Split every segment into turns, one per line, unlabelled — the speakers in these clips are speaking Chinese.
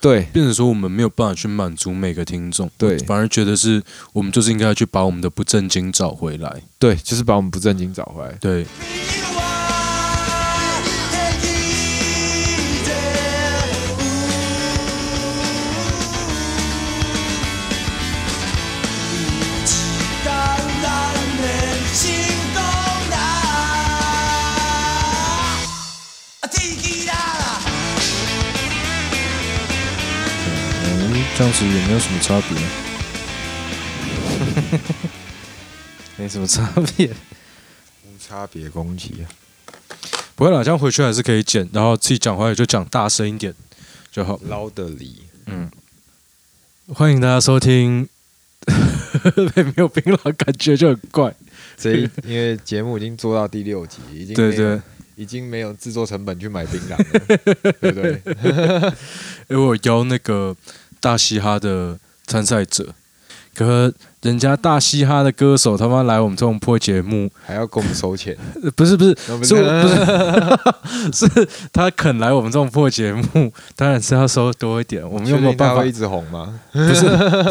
对
变成说我们没有办法去满足每个听众，
对
反而觉得是我们就是应该去把我们的不正经找回来。
对，就是把我们不正经找回来。
对，
当然能心动啦！啊，天气啦！
嗯，这样子也没有什么差 别。
没什么差别，无差别攻击、啊。
不会啦，这样回去还是可以剪，然后自己讲话也就讲大声一点就好。
捞得里，
欢迎大家收听， 没有槟榔感觉就很怪。
这一因为节目已经做到第六集，已经
对
没有
对，
已经没有制作成本去买槟榔了，对不 对？
因为哎我邀那个大嘻哈的参赛者，可是人家大嘻哈的歌手他妈来我们这种破节目，
还要跟我们收钱，
呃不是不是，
那不
是我不是 是他肯来我们这种破节目，当然是要收多一点，我们
确
又没有
定他
办法
会一，直红吗？
不是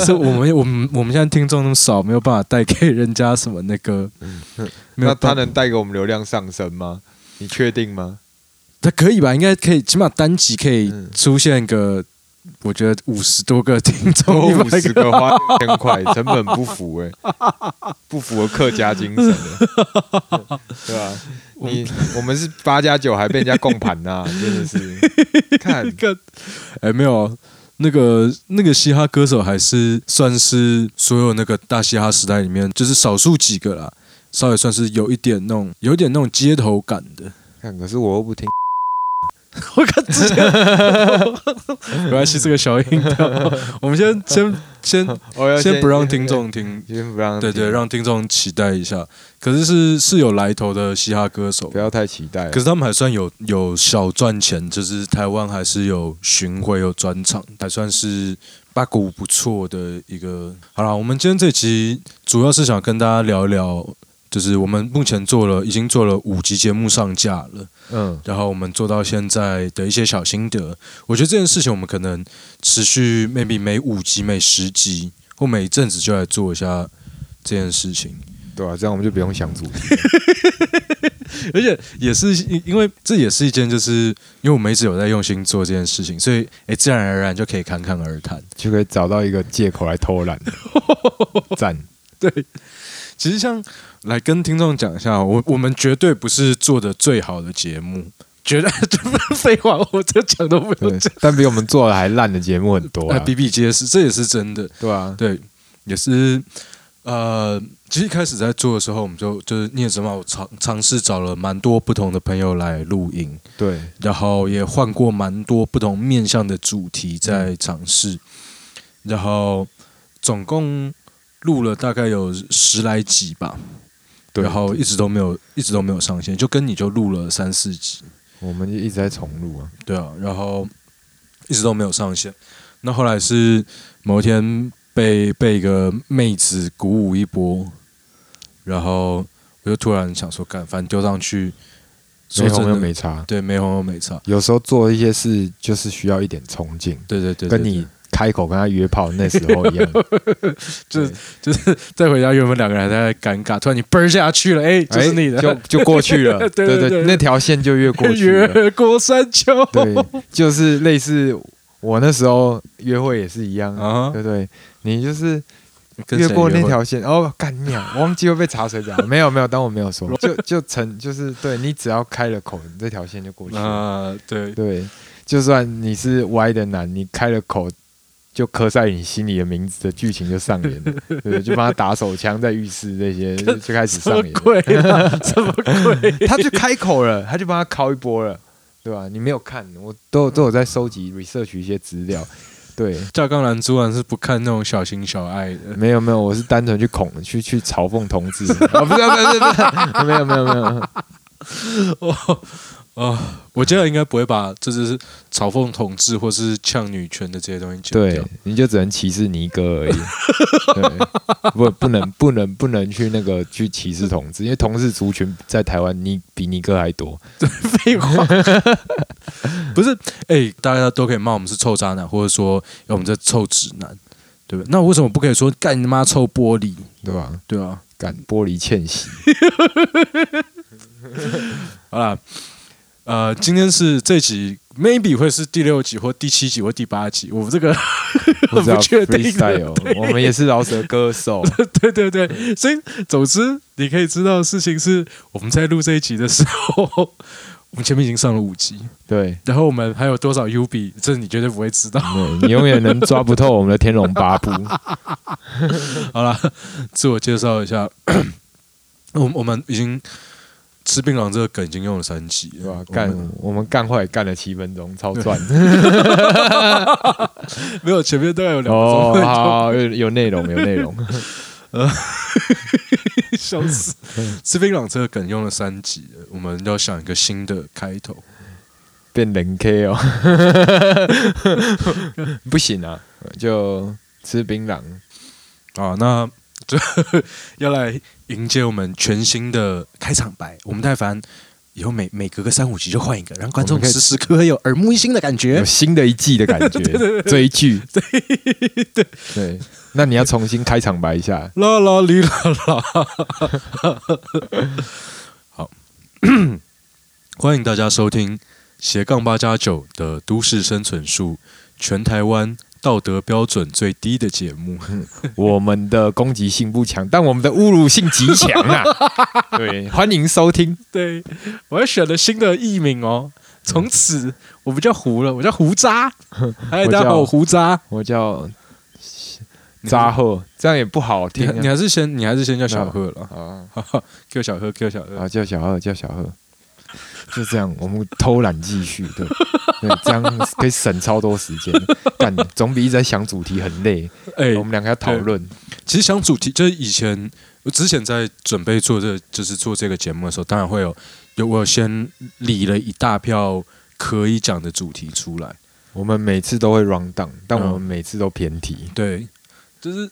是我们我们我们现在听众那么少，没有办法带给人家什么那个，没有
嗯那他
办法
能带给我们流量上升吗？你确定 吗？
他可以吧？应该可以，起码单集可以
嗯
出现个，我觉得五十多个听
多
众，
五
100
十个花六千块，成本不符哎、不符合客家精神、欸，对吧、你我们是八加九还被人家共盘呐、真的是看
个，哎，没有啊，那个那个嘻哈歌手还是算是所有那个大嘻哈时代里面，就是少数几个啦，稍微算是有一点那种有一点那种街头感的。
看，可是我又不听，
我靠，直接 没关系，这个小音调，我们先先先
我要
哦先不让听， 众听。
先不让，
对对，让听众期待一下。可是是是有来头的嘻哈歌手
不，要太期待。啊
可是他们还算有有小赚钱，就是台湾还是有巡回有专场，还算是八股不错的一个。好啦，我们今天这期主要是想跟大家聊一聊，就是我们目前做了已经做了五集节目上架了，
嗯，
然后我们做到现在的一些小心得。我觉得这件事情我们可能持续 maybe 每五集、每十集或每一阵子就来做一下这件事情。
对啊，这样我们就不用想主题。
而且也是因因为这也是一件，就是因为我们一直有在用心做这件事情，所以诶，自然而然就可以侃侃而谈。
就可以找到一个借口来 偷懒，赞。
对，其实像来跟听众讲一下，我我们绝对不是做的最好的节目，绝对 废话，我这讲都不
对
用讲，，
但比我们做的还烂的节目很多
哎
啊，
比比皆是，这也是真的。
对啊，
对，也是呃，其实一开始在做的时候，我们就就是你也知道嘛，我尝尝试找了蛮多不同的朋友来录音，
对，
然后也换过蛮多不同面向的主题
嗯
在尝试，然后总共录了大概有十来集吧，
对
然后一直都没有一直都没有上线，就跟你就录了三四集，
我们一直在重录啊，
对啊，然后一直都没有上线。那后来是某一天被被一个妹子鼓舞一波，然后我就突然想说，干，反正丢上去，说
没红
真
又
的
没差。
对，没红又没差，
有时候做一些事就是需要一点冲劲，
对对对对
跟
对
你开口跟他约炮那时候一样，
就是就是再回家，原本两个人还在尴尬，突然你奔下去了，哎、 就是你的，
哎就就过去了，
对对
对
对对
那条线就越过 去了，
越过山丘，
对，就是类似我那时候约会也是一样，
啊哈，
对不对？你就是
跟谁
越
约
过那
会，
条线，哦，干鸟，我忘记会被查水 表，没有没有，当我没有说，就就成就是对你只要开了口，你这条线就过去了。
啊，对，
对，就算你是歪的男，你开了口就刻在你心里的名字的剧情就上演了，对不对，就帮他打手枪在浴室这些 就就开始
什
上
么
演了。
鬼啊？什么鬼？
他就开口了，他就帮他敲一波了，对吧、你没有看，我都有都有在收集 research 一些资料，对。
赵刚兰主然是不看那种小情小爱的，
没有没有，我是单纯去恐去 去哦嘲讽同志啊、不是、啊、不是、啊、不是、啊，没有没有没有，
哦，啊，我觉得应该不会把这只是嘲讽统治或是呛女权的这些东西剪
对
掉。，
你就只能歧视尼哥而已。对，不不能不能不能去那个去歧视同志，因为同志族群在台湾尼比尼哥还多。
废 话，不是，哎、大家都可以骂我们是臭渣男，或者说哎我们这臭直男，对不对？那为什么不可以说干你妈臭玻璃？
对吧？
对啊，
敢玻璃欠袭，
好啦，呃，今天是这集，maybe 会是第六集或第七集或第八集，我这个
不
很
知道
不确定的
freestyle，我们也是饶舌歌手，
对对对，所以总之你可以知道的事情是，我们在录这一集的时候， 我们前面已经上了五集，
对。
然后我们还有多少 U B，这你绝对不会知道。
对你永远能抓不透我们的天龙八部，
好了，自我介绍一下， 我我们已经吃槟榔这个梗已经用了三集
对吧
了，？
干
我们
我们干坏干了七分钟，超 赚
没有前面大概有两
哦！
分
好
钟，
好，好有有内容，有内 容。
笑死！吃槟榔这个梗用了三集了，我们要想一个新的开头。
变冷 K 哦， 不行啊，就吃槟榔。
啊，那这要来迎接我们全新的开场白。我们但凡以后每每隔个三五集就换一个，让观
我
众
们可以
时时刻刻有耳目一新的感
有
觉。
新的一季的感 觉，追剧， 对对那你要重新开场白一下，
啦啦哩啦啦，好， 欢迎大家收听斜杠八加九的都市生存术，全台湾道德标准最低的节目。
我们的攻击性不强，但我们的侮辱性极强啊！ 对，欢迎收听，
对，我还选了新的艺名哦。从此我不叫胡了，我叫胡 渣。嗨，
我
大家
叫
好，我胡渣。
我叫扎后，这样也不好
你
听啊
你还是先你还是先叫小
那
贺了
啊
，Q 小贺，Q 小贺。
啊！叫小贺，叫小贺，就这样，我们偷懒继续，对对，这样可以省超多时间，但总比一直在想主题很累。
哎
我，们两个要讨论，
其实想主题就是以前我之前在准备做这就是做这个节目的时候，当然会有有我有先理了一大票可以讲的主题出来。
我们每次都会 round down，但
嗯
我们每次都偏题。
对，就是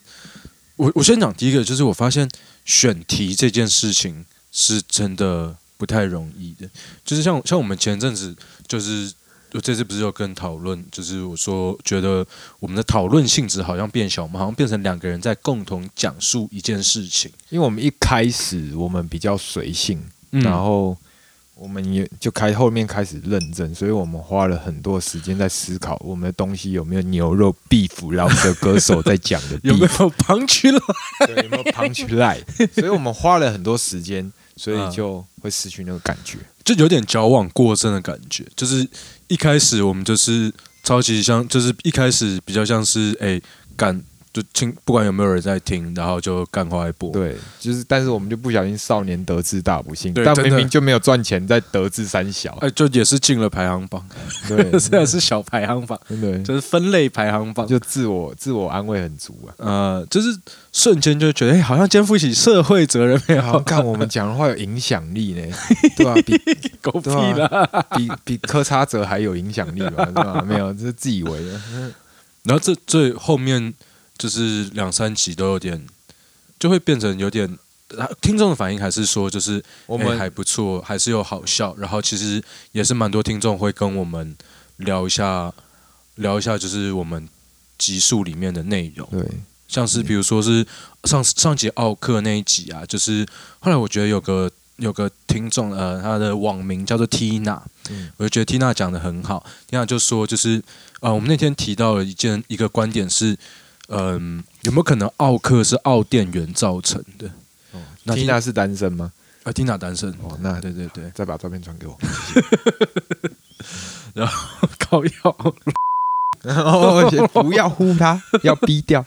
我我先讲第一个，就是我发现选题这件事情是真的不太容易的，就是像像我们前阵子就是。我这次不是有跟讨论，就是我说觉得我们的讨论性质好像变小，我们好像变成两个人在共同讲述一件事情，
因为我们一开始我们比较随性，
嗯
然后我们也就开后面开始认真，所以我们花了很多时间在思考我们的东西有没有牛肉 beef 老的歌手在讲的
有没
beef，
有旁区了？
对有没有 punch line，所以我们花了很多时间，所
嗯
以就会失去那个感觉。
就有点矫枉过正的感觉。就是一开始我们就是超级像，就是一开始比较像是哎干，就听不管有没有人在听，然后就干花一波。
对，就是但是我们就不小心少年得志大不幸，
对
但
真的
明明就没有赚钱，在得志三小，
哎，就也是进了排行榜，
对，
虽然是小排行榜，
真的
就是分类排行榜，
就自我自我安慰很足啊。
呃，就是瞬间就觉得哎，好像肩负起社会责任没
好
有？
看我们讲的话有影响力呢，对吧、 比
狗屁
对
啦！
啊，比比柯察者还有影响力吧，对吧、没有，这是自以为的。
然后这最后面就是两三集都有点，就会变成有点。啊听众的反应还是说，就是
我
欸还
们
不错，还是有好笑。然后其实也是蛮多听众会跟我们聊一下，聊一下就是我们集数里面的内容，
对
像是比如说是上上集奥克那一集啊，就是后来我觉得有个有个听众呃，他的网名叫做 Tina，、
嗯
我就觉得 Tina 讲的很好。Tina 就说就是呃，我们那天提到了一件一个观点是，嗯、有没有可能奥克是奥店员造成的？那
哦，Tina 是单身吗？
呃，Tina 单身，
哦，那
对对对。
再把照片传给我。
高药。
哦，不要呼他， 要逼掉。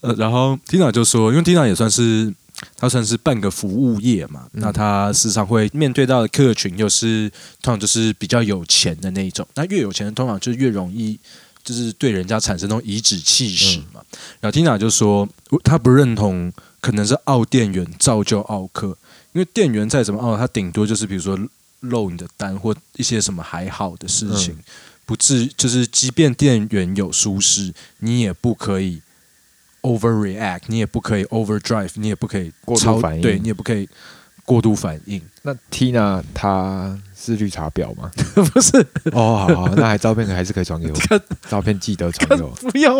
呃，然后 Tina 就说，因为 Tina 也算是她算是半个服务业嘛，那她时常会面对到的客群又是通常就是比较有钱的那一种，那越有钱的通常就越容易。就是对人家产生那种颐指气使嘛，然后 Tina 就说我她不认同，可能是奥店员造就奥客，因为店员再怎么奥，他顶多就是比如说漏你的单或一些什么还好的事情，不至就是即便店员有疏失，你也不可以 overreact，你也不可以 overdrive，你也不可以
过度
超
反应
对你也不可以过度反应，
那 Tina 她是绿茶婊吗？
不是
哦，好好，那还照片还是可以 传给我，照片记得传给我。
不 要。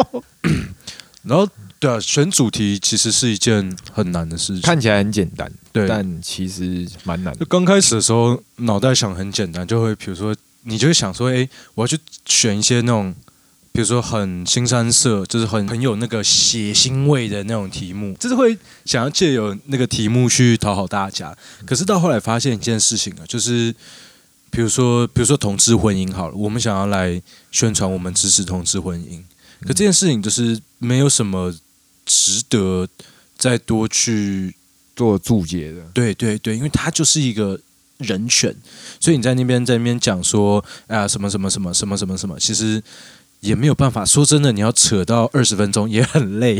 然后对啊，选主题其实是一件很难的事情。
看起来很简单，
对，
但其实蛮难
就
的。
刚开始的时候，脑袋想很简单，就会比如说，你就会想说，诶，我要去选一些那种，比如说很新三色，就是很很有那个血腥味的那种题目，就是会想要借由那个题目去讨好大家。可是到后来发现一件事情啊，就是比如说，比如说同志婚姻好了，我们想要来宣传我们支持同志婚姻，可这件事情就是没有什么值得再多去
做注解的，
对对对，因为它就是一个人权，所以你在那边在那边讲说啊、什么什么什么什么什么什么，其实也没有办法。说真的，你要扯到二十分钟也很累。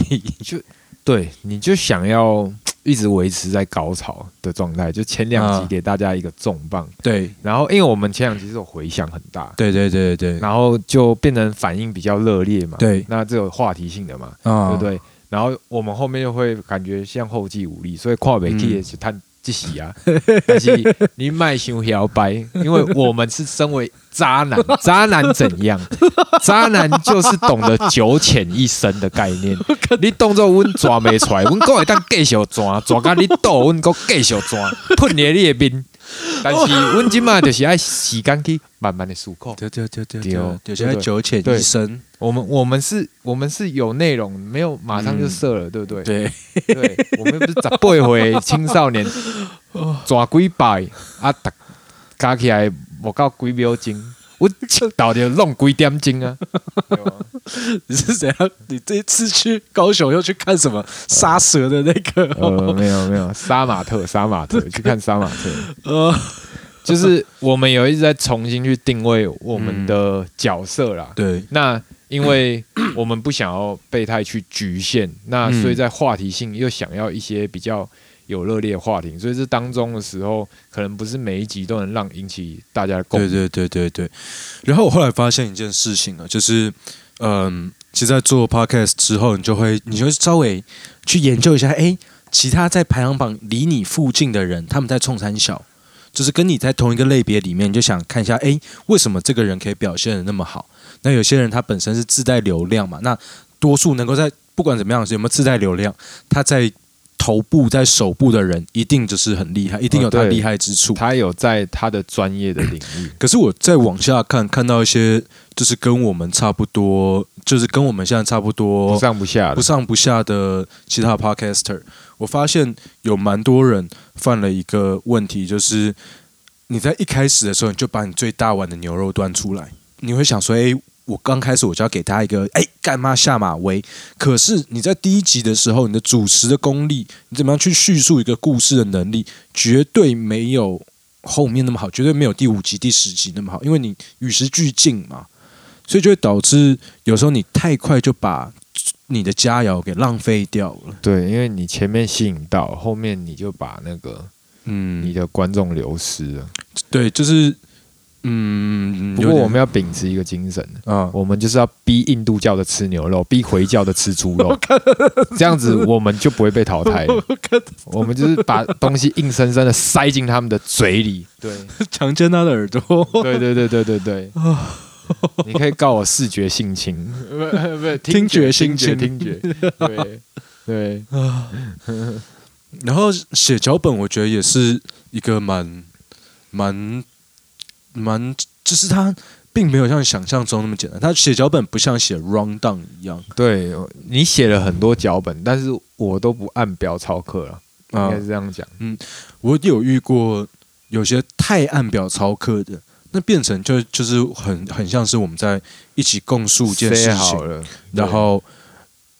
对，你就想要一直维持在高潮的状态，就前两集
啊
给大家一个重磅，
对
然后因为我们前两集是有回响很大，
对对对对
然后就变成反应比较热烈嘛，
对
那这有话题性的嘛，
啊
对不对？然后我们后面又会感觉像后继无力，所以跨北
嗯
K 也是探这喜啊， 但是你卖熊摇摆，因为我们是身为渣 男，渣男怎样？渣男就是懂得九浅一深的概念。 你动作阮抓袂出来，阮讲会当继续抓，抓到你倒，阮阁继续抓，喷入你的面。但是阮即马就是爱时间去慢慢的思考。
对对对对
对
对，有些还九浅
对
一深，
我们我们是，我们是有内容，没有马上就
嗯
射了，对不对？
对
对，我们不是十八岁青少 年，抓几摆啊，逐加起来无到几秒钟，我一到就弄几点钟啊，对吧
你是怎样？你这次去高雄又去看什么杀蛇的那个
呃，
哦？
没有没有，杀马特，杀马特，去看杀马特。
呃，
就是我们有一直在重新去定位我们的角色啦。
对
那因为我们不想要被太去 局限，那
嗯
所以在话题性又想要一些比较有热烈的话题，所以这当中的时候，可能不是每一集都能让引起大家的共
对
鸣。
对对对对。然后我后来发现一件事情啊，就是嗯，其实，在做 podcast 之后，你就会，你就会稍微去研究一下，哎，其他在排行榜离你附近的人，他们在冲三小，就是跟你在同一个类别里面，你就想看一下，哎，为什么这个人可以表现的那么好？那有些人他本身是自带流量嘛，那多数能够在不管怎么样有没有自带流量，他在头部在手部的人，一定就是很厉害，一定有他
哦对
厉害之处。
他有在他的专业的领域
可是我再往下看，看到一些就是跟我们差不多，就是跟我们现在差不多
不上不下
不
的，
上不下的其他 podcaster，我发现有蛮多人犯了一个问题，就是你在一开始的时候，你就把你最大碗的牛肉端出来，你会想说，诶，我刚开始我就要给他一个，诶，干妈下马威。可是你在第一集的时候，你的主持的功力，你怎么样去叙述一个故事的能力，绝对没有后面那么好，绝对没有第五集、第十集那么好，因为你与时俱进嘛。所以就会导致有时候你太快就把你的佳肴给浪费掉了。
对，因为你前面吸引到，后面你就把那个你
嗯，
的观众流失了。
对，就是嗯，
不
有
过
点
我们要秉持一个精神，
啊，
我们就是要逼印度教的吃牛肉，逼回教的吃 猪肉，这样子我们就不会被淘汰了。我们就是把东西硬生生的塞进他们的嘴 里。对，
强奸他的耳朵，
对对对对对对。你可以告我视觉性侵，不不
听觉性侵
听觉，听觉对对，
然后写脚本，我觉得也是一个蛮蛮蛮，就是他并没有像想象中那么简单。他写脚本不像写 round down 一样
对你写了很多脚本，但是我都不按表操课了，应
啊
该，是这样讲。
我有遇过有些太按表操课的。那变成就就是很很像是我们在一起共述一件事
塞
情
好，了，
然后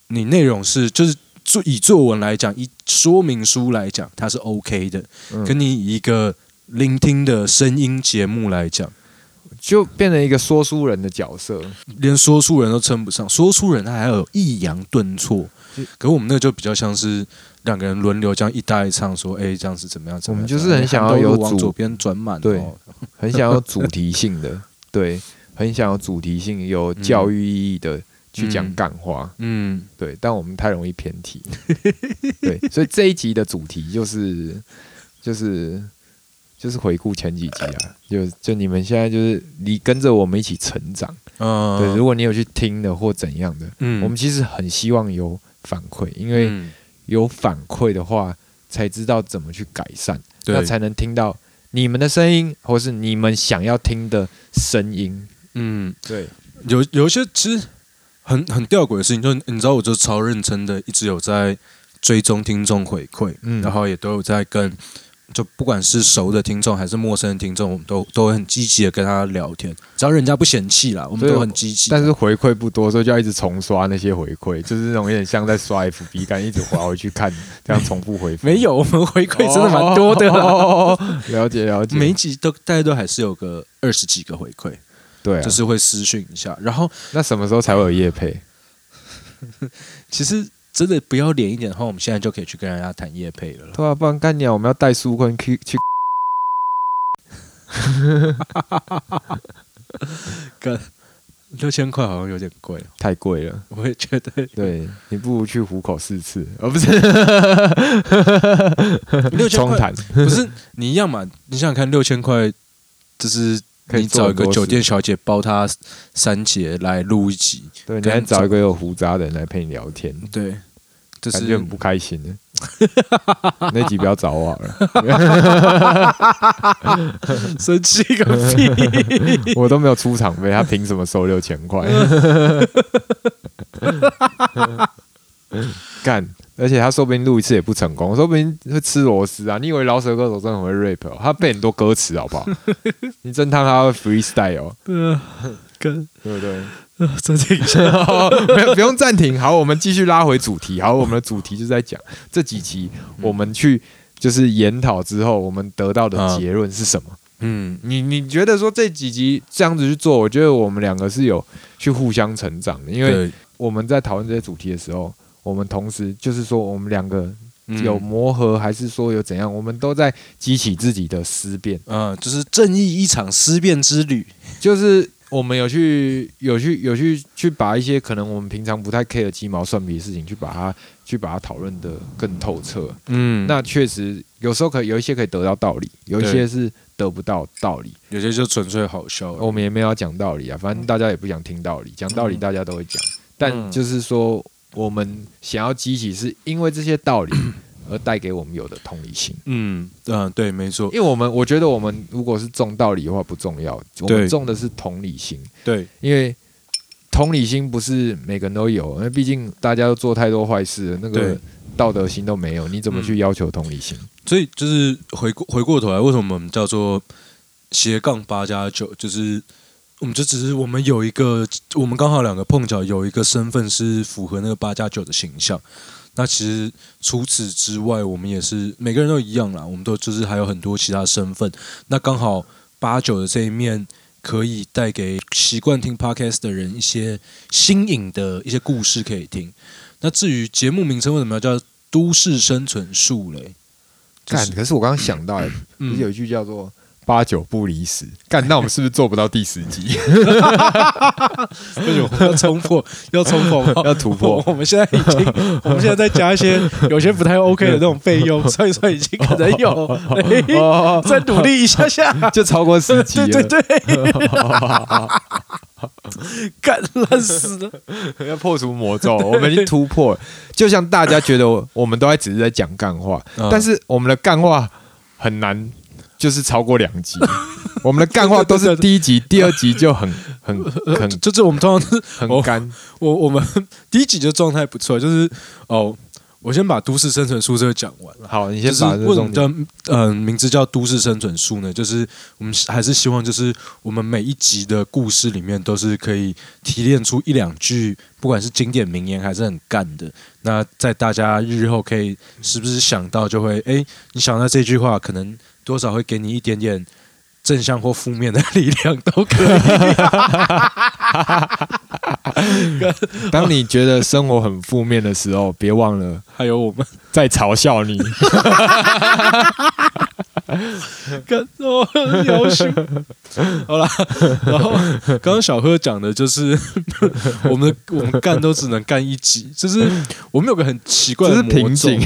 你内容是就是作以作文来讲，以说明书来讲，它是 OK 的。
嗯
跟你以一个聆听的声音节目来讲，
就变成一个说书人的角色。
连说书人都称不上，说书人他还有抑扬顿挫
就，
可我们那个就比较像是两个人轮流这样一搭一唱，说哎这样子怎么样怎么样，
我们就是很想要
哎
有
韩道路往
主
左边转满，
对
哦
很想要主题性的，对，很想要主题性、有教育意义的去讲
嗯
干话，
嗯，
对，但我们太容易偏题， 对，所以这一集的主题就是就是就是回顾前几集啊，就就你们现在就是你跟着我们一起成长，
呃
对，如果你有去听的或怎样的，
嗯
我们其实很希望有反馈，因为
嗯
有反馈的话，才知道怎么去改善。
对
那才能听到你们的声音，或是你们想要听的声音。
嗯
对，
有有一些其实很很吊诡的事情，就是你知道，我就超认真的，一直有在追踪听众回馈，
嗯
然后也都有在跟，就不管是熟的听众还是陌生的听众，我们都都会很积极的跟他聊天，只要人家不嫌弃啦，我们
对
都很积极。
但是回馈不多，所以就要一直重刷那些回馈，就是那种有点像在刷 FB 杆，一直滑回去看，这样重复回复。
没有，我们回馈真的蛮多的啊啦，
哦了解了解。
每一集都大家都还是有个二十几个回馈，
对啊，
就是会私讯一下，然后
那什么时候才会有业配？
其实。真的不要脸一点的话，我们现在就可以去跟人家谈业配了啦。
对啊，不然干鸟我们要带苏坤去去。
六千块好像有点贵，
太贵了，
我也觉得
对你不如去虎口试次，而、不是
六千
冲
块
谈，
不是你一样嘛？你想想看，六千块就是
可以
你
做
找一
很多
个
事
酒店小姐包她三节来录一集，
对，你
跟
还找一个有胡渣的人来陪你聊天，
对，就
感觉
是
很不开心呢。那集不要找我好了，
生气个屁！
我都没有出场费，他凭什么收六千块？ 干！而且他说不定录一次也不成功，说不定会吃螺丝啊！你以为饶舌歌手真的很会 rap？、哦、他背很多歌词，好 不好？你真当他会 freestyle，、哦、
跟
对不对？
生气一下，
没有，不用暂停。好，我们继续拉回主题。好，我们的主题就是在讲这几集，我们去就是研讨之后，我们得到的结论是什么？
嗯
你你觉得说这几集这样子去做，我觉得我们两个是有去互相成长的，因为
对，
我们在讨论这些主题的时候，我们同时就是说我们两个
嗯
有磨合，还是说有怎样，我们都在激起自己的思辨，
嗯，就是正义一场思辨之旅，
就是。我们有去有去有去去把一些可能我们平常不太 care 的鸡毛蒜皮的事情，去把它去把它讨论的更透彻。
嗯
那确实有时候可有一些可以得到道理，有一
对
些是得不到道理。
有些就纯粹好笑了，
我们也没有要讲道理啊，反正大家也不想听道理，讲道理大家都会讲，但就是说我们想要激起，是因为这些道 理而带给我们有的同理心。
嗯嗯，对，没错，
因为我们我觉得我们如果是重道理的话不重要，我
对
们重的是同理心，
对，
因为。同理心不是每个人都有，因为毕竟大家都做太多坏事了，那个
对
道德心都没有，你怎么去要求同理心？
所以就是回过回过头来，为什么我们叫做斜杠八加九？就是我们就只是我们有一个，我们刚好两个碰巧有一个身份是符合那个八加九的形象。那其实除此之外，我们也是每个人都一样啦，我们都就是还有很多其他身份。那刚好八九的这一面可以带给习惯听 podcast 的人一些新颖的一些故事可以听。那至于节目名称为什么要叫都市生存术嘞？就
干，
是
可是我刚刚想到、欸，不是有一句叫做“八九不离十”，干，那我们是不是做不到第十集？
为什么要冲破？要冲破 吗？
要突破哦
我们现在已 经，我们现在在加一些有些不太 OK 的那种费用， 算一算已经可能有， 哎
哦，
再努力一下 下。
就超过十集
对
了。
啊对对， 干烂死了。
要破除魔咒， 我们已经突破了。就像大家觉得我我们都在只是在讲干话，
嗯
但是我们的干话很难，就是超过两 集。我们的干话都是第一集、第二集就很 很很
就是我们通常是
很干，
哦我我们第一集就状态不错，就是哦，我先把都市生存宿舍讲完了。
好，你
就
先
是
把这
为什么
种
叫嗯名字叫都市生存术呢？就是我们还是希望，就是我们每一集的故事里面都是可以提炼出一两句，不管是经典名言还是很干的。那在大家日后可以时不时想到，就会哎，诶你想到这句话，可能多少会给你一点点。正向或负面的 力量都可以。
当你觉得生活很负面的时候，别忘了
还有我们，
在嘲笑 你。
干哦，要 求好啦，然后刚刚小贺讲的就是 我们的我们干都只能干一集，就是我们有个很奇怪
这
的
是瓶
魔咒
颈，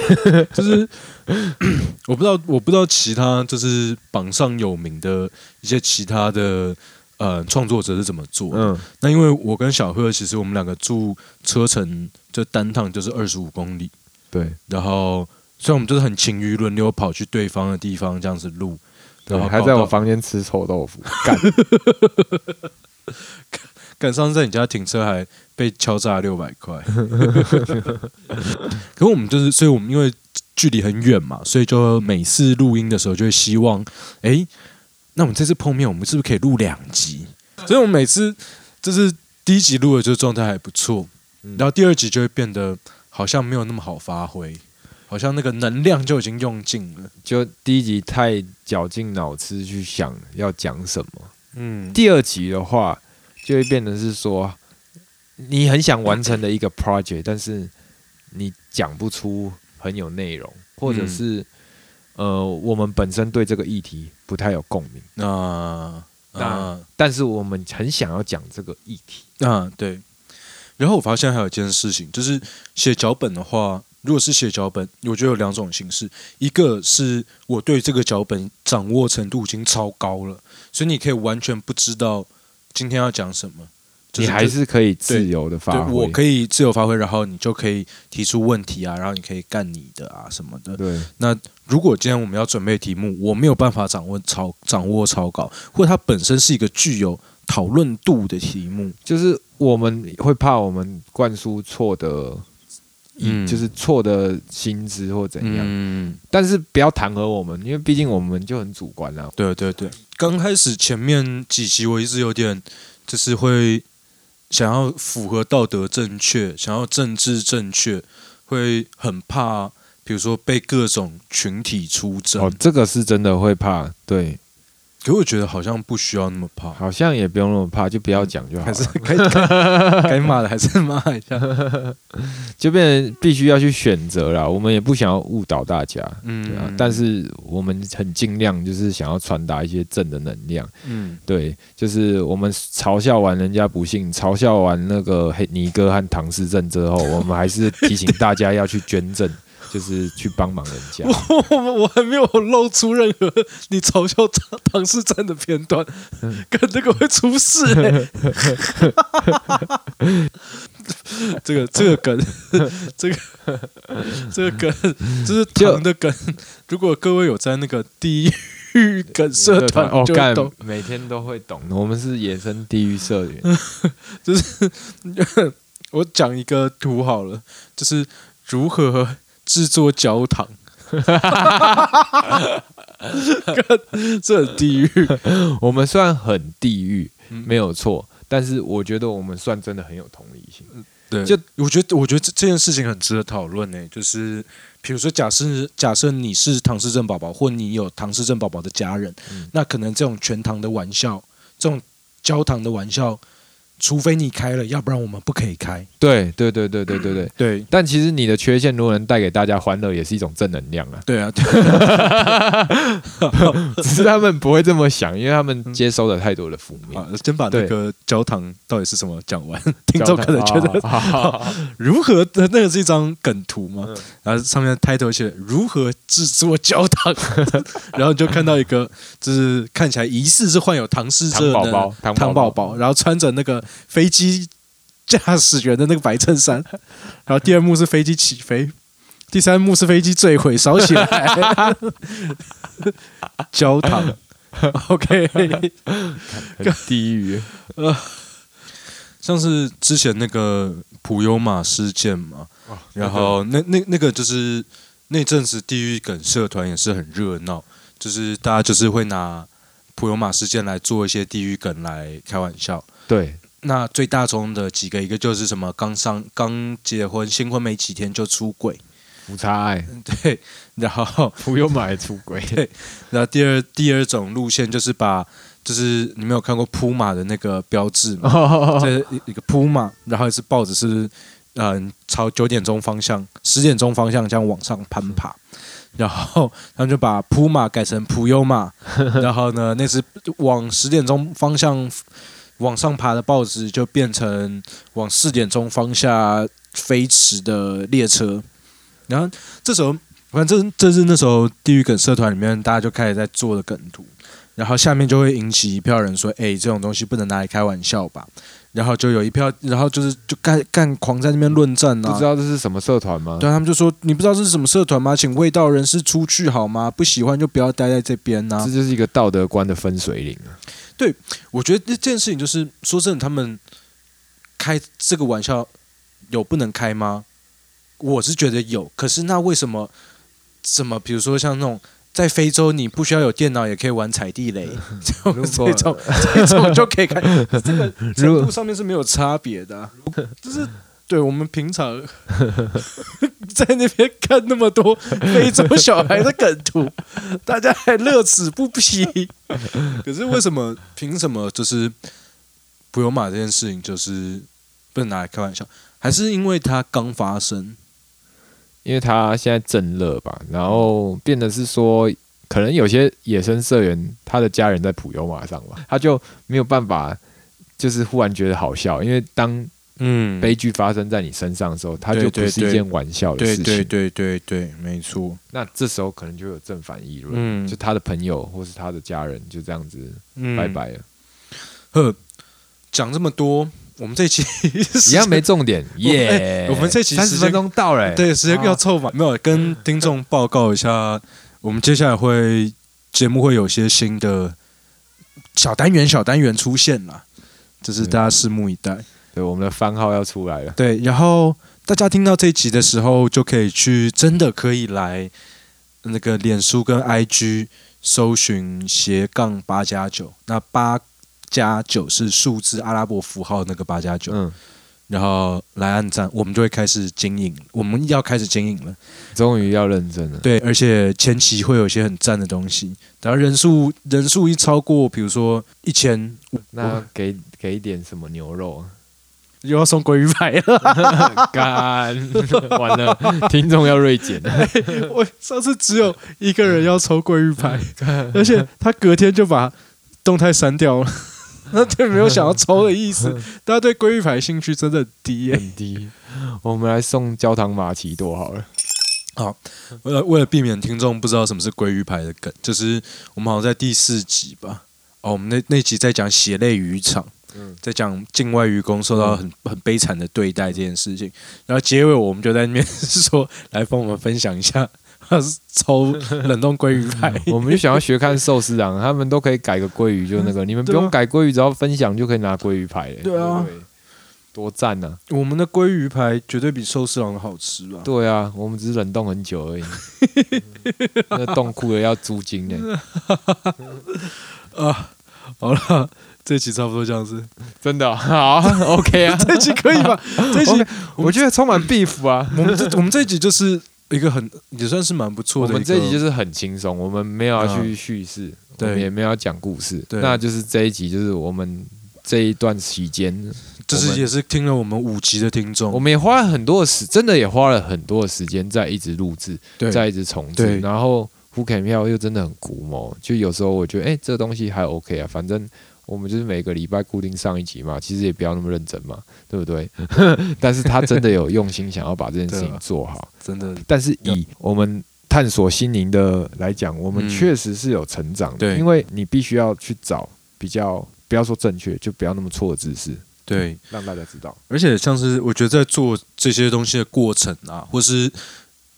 就是 我不知道，我不知道其他就是榜上有名的一些其他的呃创作者是怎么做。
嗯，
那因为我跟小贺其实我们两个住车程就单趟就是二十五公里，
对，
然后所以我们就是很勤于轮流跑去对方的地方这样子录，
对
然后，
还
搞
在
到
我房间吃臭豆腐，干，
赶上次在你家停车还被敲诈六百块。 可我们就是，所以我们因为距离很远嘛，所以就每次录音的时候就会希望，诶，那我们这次碰面，我们是不是可以录两集？所以我们每次就是第一集录的就状态还不错，
嗯
然后第二集就会变得好像没有那么好发挥，好像那个能量就已经用尽了。
就第一集太绞尽脑汁去想要讲什么，
嗯，
第二集的话就会变成是说，你很想完成的一个 project，但是你讲不出很有内容，或者是、呃，我们本身对这个议题不太有共鸣，
那
那
那
但是我们很想要讲这个议题。
啊，对。然后我发现还有一件事情，就是写脚本的话，如果是写脚本，我觉得有两种形式，一个是我对这个脚本掌握程度已经超高了，所以你可以完全不知道今天要讲什么，就是
你还是可以自
对
由的
对
发挥，
我可以自由发挥，然后你就可以提出问题啊，然后你可以干你的啊什么的。
对，
如果今天我们要准备题目，我没有办法掌握超掌握超高，或者它本身是一个具有讨论度的题目，
就是我们会怕我们灌输错的，
嗯
就是错的薪资或怎样，
嗯
但是不要弹劾我们，因为毕竟我们就很主观啊啦、
对对对，刚开始前面几集我一直有点，就是会想要符合道德正确，想要政治正确，会很怕，比如说被各种群体出征。
哦，这个是真的会怕，对，
可我觉得好像不需要那么怕，
好像也不用那么怕，就不要讲就 好
还
了
是 该该该骂的还是骂一下。
就变成必须要去选择啦。我们也不想要误导大家，对
嗯，
啊，但是我们很尽量就是想要传达一些正的能量。
嗯
对，就是我们嘲笑完人家不幸，嘲笑完那个黑尼哥和唐诗正之后，我们还是提醒大家要去捐赠，就是去帮忙人 家。
我我我还没有露出任何你嘲笑唐唐氏战的片段，
嗯
跟这个会出事、欸。 这个这个梗， 这个这个梗，这是
就
唐的梗。如果各位有在那个地狱梗社团，
哦，
就会
干
懂，
每天都会懂。我们是野生地狱社员，
我讲一个图好了，就是如何制作焦糖。 干这很地狱，
我们虽然很地狱，没有错，但是我觉得我们算真的很有同理心。
对，
就
就我觉得，我觉得这这件事情很值得讨论呢。就是比如说假，设假设你是唐氏症宝宝，或你有唐氏症宝宝的家人，
嗯
那可能这种全糖的玩笑，这种焦糖的玩笑，除非你开了，要不然我们不可以开。
对对对对对对对。
对，
但其实你的缺陷如果能带给大家欢乐，也是一种正能量啊。
对啊，对
只是他们不会这么想，因为他们接收了太多的负面。
啊， 先把那
对
个焦糖到底是什么讲完，听众可能觉得
哦好好好
如何的那个是一张梗图嘛，然后上面的 title 写如何制作焦 糖，然后你就看到一个就是看起来疑似是患有唐氏症
糖
的
宝宝糖宝宝
糖宝宝，然后穿着那个飞机驾驶员的那个白衬衫，然后第二幕是飞机起飞，第三幕是飞机坠毁烧起来， 焦糖，OK。
很地狱。
像是之前那个普悠玛事件嘛，然后哦那那那个就是那阵子地狱梗社团也是很热闹，就是大家就是会拿普悠玛事件来做一些地狱梗来开玩笑。
对，
那最大宗的几个，一个就是什么刚上刚结婚新婚没几天就出轨，
无差爱，
对，然后
不用买出轨，
然后第二第二种路线就是把，就是你没有看过铺马的那个标志吗？ 这一一个铺马，然后是抱着是嗯朝九点钟方向、十点钟方向这样往上攀爬，然后他们就把铺马改成普悠马，然后呢那只往十点钟方向往上爬的报纸就变成往四点钟方向飞驰的列车，然后这时候。反正这是那时候地狱梗社团里面大家就开始在做的梗图，然后下面就会引起一票人说：“哎、这种东西不能拿来开玩笑吧？”然后就有一票，然后就是就干干狂在那边论战啊，
不知道这是什么社团吗？
对啊，他们就说：“你不知道这是什么社团吗？请味道人士出去好吗？不喜欢就不要待在这边啊呐、
这就是一个道德观的分水岭啊。
我觉得这件事情就是说真的，他们开这个玩笑有不能开吗？我是觉得有，可是那为什么？怎么？比如说像那种在非洲，你不需要有电脑也可以玩踩地雷，这种
如果
这种 这种就可以开，这个程度上面是没有差别的啊、就是。对我们平常 在那边看那么多非洲小孩的梗图，大家还乐此不疲。可是为什么？凭什么？就是不用马这件事情，就是不能拿来开玩笑，还是因为它刚发生？
因为他现在正热吧，然后变得是说，可能有些野生社员他的家人在普悠玛上吧，他就没有办法，就是忽然觉得好笑，因为当
嗯
悲剧发生在你身上的时候，它
对
就不
对
是一件玩笑的
对
事情。
对对对对，没错。
那这时候可能就有正反议论，
嗯
就他的朋友或是他的家人就这样子
嗯
拜。拜了，
呵，讲这么多，我们这期一
一样没重点耶。
哎 我们这期
三十
时间
分钟到了、哎
对，时间要凑满，没有跟听众报告一下，我们接下来会节目会有些新的小单元、小单元出现啦，就是大家拭目以待。
对，我们的番号要出来了，
对，然后大家听到这一集的时候，就可以去真的可以来那个脸书跟 IG 搜寻斜杠八加九，那八加九是数字阿拉伯符号那个八加九，
嗯，
然后来按赞，我们就会开始经营，我们要开始经营了。
终于要认真了。
对，而且前期会有一些很赞的东西，然后人数人数一超过，比如说一千，
那给给一点什么牛肉啊？
又要送鲑鱼排了。
干， 完了，听众要锐 减。
我上次只有一个人要抽桂玉牌，而且他隔天就把动态删掉了。 那对没有想要抽的意思，大家对桂玉牌兴趣真的很低耶、
很低。我们来送焦糖玛奇朵好了。
为了为了避免听众不知道什么是鲑鱼牌的梗，就是我们好像在第四集吧，哦，我们那那集在讲血泪渔场，
嗯
在讲境外渔工受到很很悲惨的对待这件事情，然后结尾我们就在那边说，来帮我们分享一下抽冷冻鲑鱼牌，
我们就想要学看寿司 郎，他们都可以改个鲑鱼，就那个，你们不
对啊
用改鲑鱼，只要分享就可以拿鲑鱼牌了。
对啊
对，多赞啊呐！
我们的鲑鱼排绝对比寿司郎的好吃吧？
对啊，我们只是冷冻很久 而已。那冻库的要租金 呢，
啊，好了，这期差不多这样子，
真的哦好 OK 啊。
这期可以吧？这期
OK，我觉得充满 beef 啊。
我们这我们这一集就是一个很也算是蛮不错
我
的一个，嗯
们这一集就是是很轻松，我们没有要去叙事，
对
我们也没有要讲故事，
对
那就是这一集就是我们这一段期间，
就是也是听了我们五集的听众，
我们也花了很多的时，真的也花了很多的时间在一直录制，
对
在一直重制，
对
然后 Who Can 票又真的很古某，就有时候我觉得，哎、这个东西还 OK 啊，反正。我们就是每个礼拜固定上一集嘛，其实也不要那么认真嘛，对不对？ 但是他真的有用心想要把这件
对
事情
啊
做好，
真的
但是以我们探索心灵的来讲，我们
嗯
确实是有成长的，
对
因为你必须要去找比较，不要说正确，就不要那么错的知识，
对，
让大家知道。
而且像是我觉得在做这些东西的过程啊，或是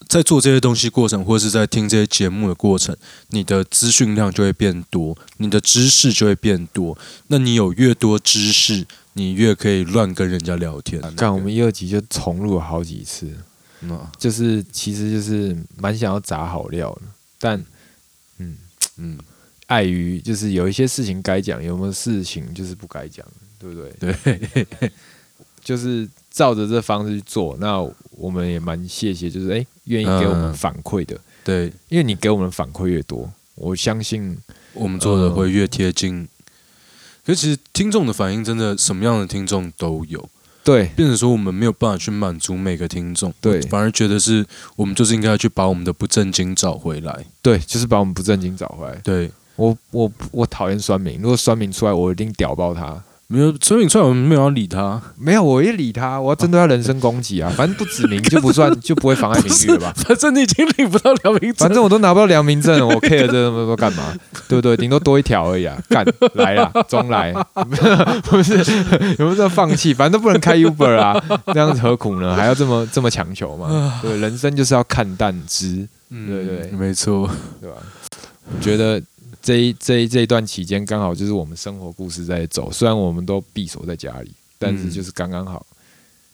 在做这些东西过程，或是在听这些节目的过程，你的资讯量就会变多，你的知识就会变多。那你有越多知识，你越可以乱跟人家聊天。
干，我们一二集就重录了好几次，
嗯啊
就是其实就是蛮想要砸好料的，但嗯嗯，碍于就是有一些事情该讲，有没有事情就是不该讲，对不对？
对，
就是照着这方式去做，那我们也蛮谢谢，就是哎，愿意给我
嗯
们反馈的，
对
因为你给我们反馈越多，我相信
我们做的
呃
会越贴近。嗯可是其实听众的反应真的什么样的听众都有，
对
变成说我们没有办法去满足每个听众，
对
反而觉得是我们就是应该去把我们的不正经找回来。
对，就是把我们不正经找回来。
对，
我我我讨厌酸民，如果酸民出来，我一定屌爆他。
没有所以出来我们没有要理他，
没有，我也理他，我要针对他人身攻击啊！反正不指名就不 算，就不会妨碍名誉了吧？
反正你已经领不到良民
反
证，
正我都拿不到良民证，我 care 这么多干嘛？对不对？顶多多一条而已啊！干来啦，中 来，不是有没有在放弃？反正都不能开 Uber 啊，这样子何苦呢？还要这么这么强求嘛？对，人生就是要看淡之，
嗯
对对
没错，
对吧？我觉得这一这一这一段期间，刚好就是我们生活故事在走，虽然我们都闭锁在家里，但是
嗯
就是刚刚好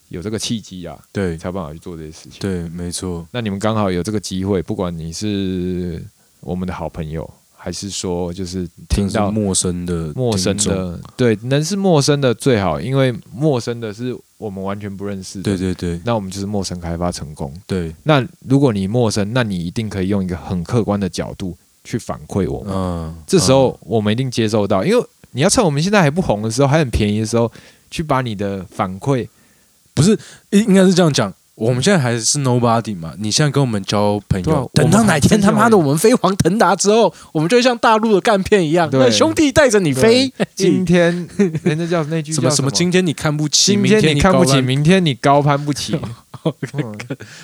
有这个契机啊，
对
才有办法去做这些事情。
对，没错，
那你们刚好有这个机会，不管你是我们的好朋友，还是说就是听
真的
到
是陌生的
陌生
听众，
的，对，能是陌生的最好，因为陌生的是我们完全不认识的。
对对对
那我们就是陌生开发成功。
对，
那如果你陌生，那你一定可以用一个很客观的角度去反馈我们。
嗯，
这时候我们一定接受到，因为你要趁我们现在还不红的时候，还很便宜的时候，去把你的反馈
不是嗯应应该是这样讲。我们现在还是 nobody 嘛，你现在跟我们交朋
对啊
友，等
我
到
们
哪天
真的
他妈的
有
我们飞黄腾达之后，我们就会像大陆的干片一样，
对
那兄弟带着你飞，
今天人家叫那句
什么
叫
什么，今天你看不起，哦
今
明
天你看不
高
起，
攀，
明天你高攀不 起，嗯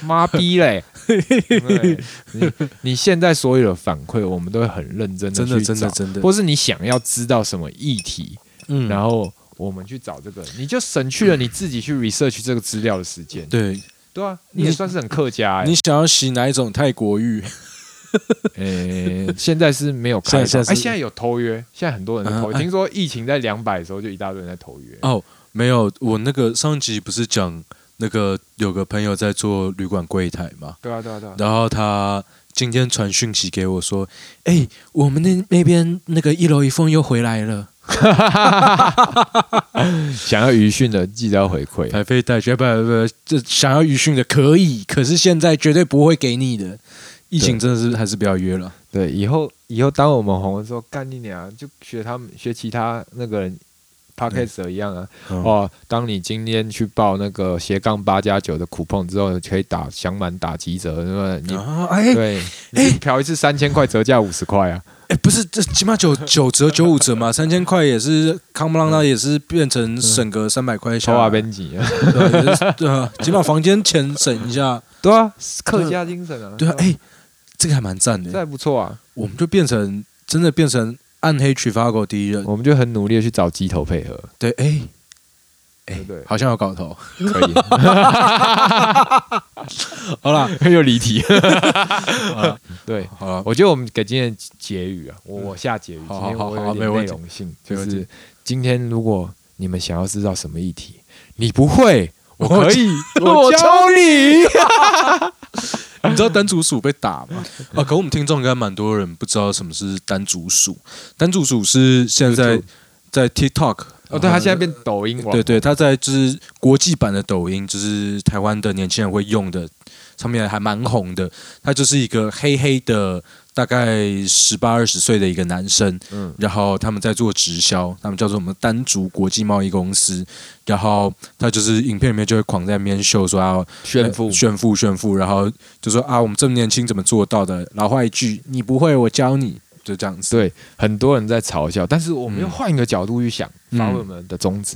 妈逼嘞！对你你现在所有的反馈，我们都会很认真的
真的
去
真的
找，
真的，
或是你想要知道什么议题，
嗯
然后我们去找这个，你就省去了你自己去 research 这个资料的时间。
对
对啊，你也
你
算是很客家哎
你。想要洗哪一种泰国浴？
诶，现在是没有开
现在
放，
现在是
哎，现在有投约，现在很多人在投约。
嗯哎
听说疫情在两百的时候，就一大堆人在投约。
哦，没有，我那个上集不是讲那个有个朋友在做旅馆柜台嘛，
对啊，对啊，对啊。
然后他今天传讯息给我说，哎、我们那那边那个一楼一凤又回来了，
啊想要余讯的，记得要回馈。
台飞带去，不不不，这想要余讯的可以，可是现在绝对不会给你的。疫情真的是还是不要约了，
对，以后以后当我们红的时候，干你娘，就学他们学其他那个人 p o d c a s t 一样啊。
哦，
哦，当你今天去报那个斜杠八加九的 coupon 之后，可以打享满打几折，对吧？你、
啊，哎、
对，你去嫖一次三千块，折价五十块啊。
哎，不是，这起码九 九折、九五折嘛，三千块也是康布朗那也是变
嗯
成省个三百块
抽
钱。
啊边几啊？
对就是对啊， 起码房间钱省一下。
对啊，客家精神啊。
对啊，哎、这个还蛮赞
这
的。
还不错啊。
我们就变成真的变成暗黑取发狗第一人。
我们就很努力的去找鸡头配 合，
对，哎、
对不对？
好像有搞 头。
可以。
好啦，
又离 题。
好啦，
对，
好啦，
我觉得我们给今天的结语啊，我我下结语，今
好好
天
好
我
好
有
没
点内
问题
容性，
没
就
问题
是今天如果你们想要知道什么议题，你不会，我
我
可以，
我
教 你。
你知道单竹鼠被打 吗？啊，可我们听众应该蛮多人不知道什么是单竹鼠。单竹鼠是现在
YouTube
在 TikTok。
哦，对他现在变抖音网，
对对，它在就是国际版的抖音，就是台湾的年轻人会用的，上面还蛮红的。他就是一个黑黑的，大概十八二十岁的一个男生，
嗯
然后他们在做直销，他们叫做我们丹竹国际贸易公司。然后他就是影片里面就会狂在那边秀说啊，
炫富
呃，炫富炫富，然后就说啊，我们这么年轻怎么做到的？老话一句，你不会，我教你，就这样子。
对，很多人在嘲笑，但是我们又换一个角度去想，
嗯
发问我们的宗旨。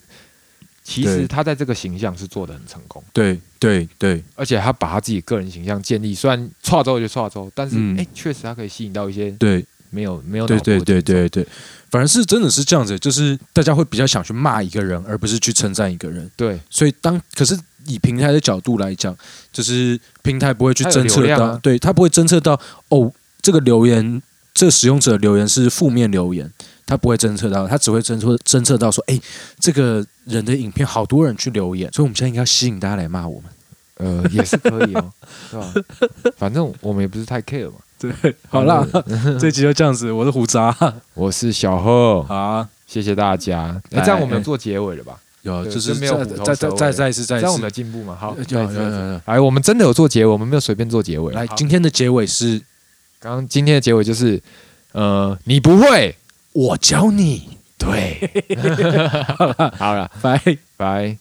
其实
对
他在这个形象是做的很成功，
对对对，
而且他把他自己个人形象建立，虽然跨州就跨州，但是
嗯
哎，确实他可以吸引到一些
对，
没有没有
对
脑波
对
的
对对对，反而是真的是这样子，就是大家会比较想去骂一个人，而不是去称赞一个人。
对，
所以当可是以平台的角度来讲，就是平台不会去
它有
侦测
流量
到，
啊
对它不会侦测到哦，这个留言，这个使用者的留言是负面留言，它不会侦测到，它只会侦测侦测到说，哎，这个人的影片好多人去留言，所以我们现在应该要吸引大家来骂我们。
呃，也是可以哦，对吧？反正我们也不是太 care 嘛。
对，好啦， 这集就这样子，我是胡渣，
我是小贺，
好啊，
谢谢大家。哎，
哎
这样我们
哎
有做结尾了吧？
有啊，
对
就是
真没有
再
虎头
再再
蛇尾
再再一次再一
这样我
次
们有，进步嘛？好，
有
再一
有
次
有有有
哎，我们真的有做结尾，我们没有随便做结尾。
来，
好
今天的结尾是
刚刚今天的结尾就是，呃，你不会，
我教你，
对，
好了，
好了，
拜。
拜。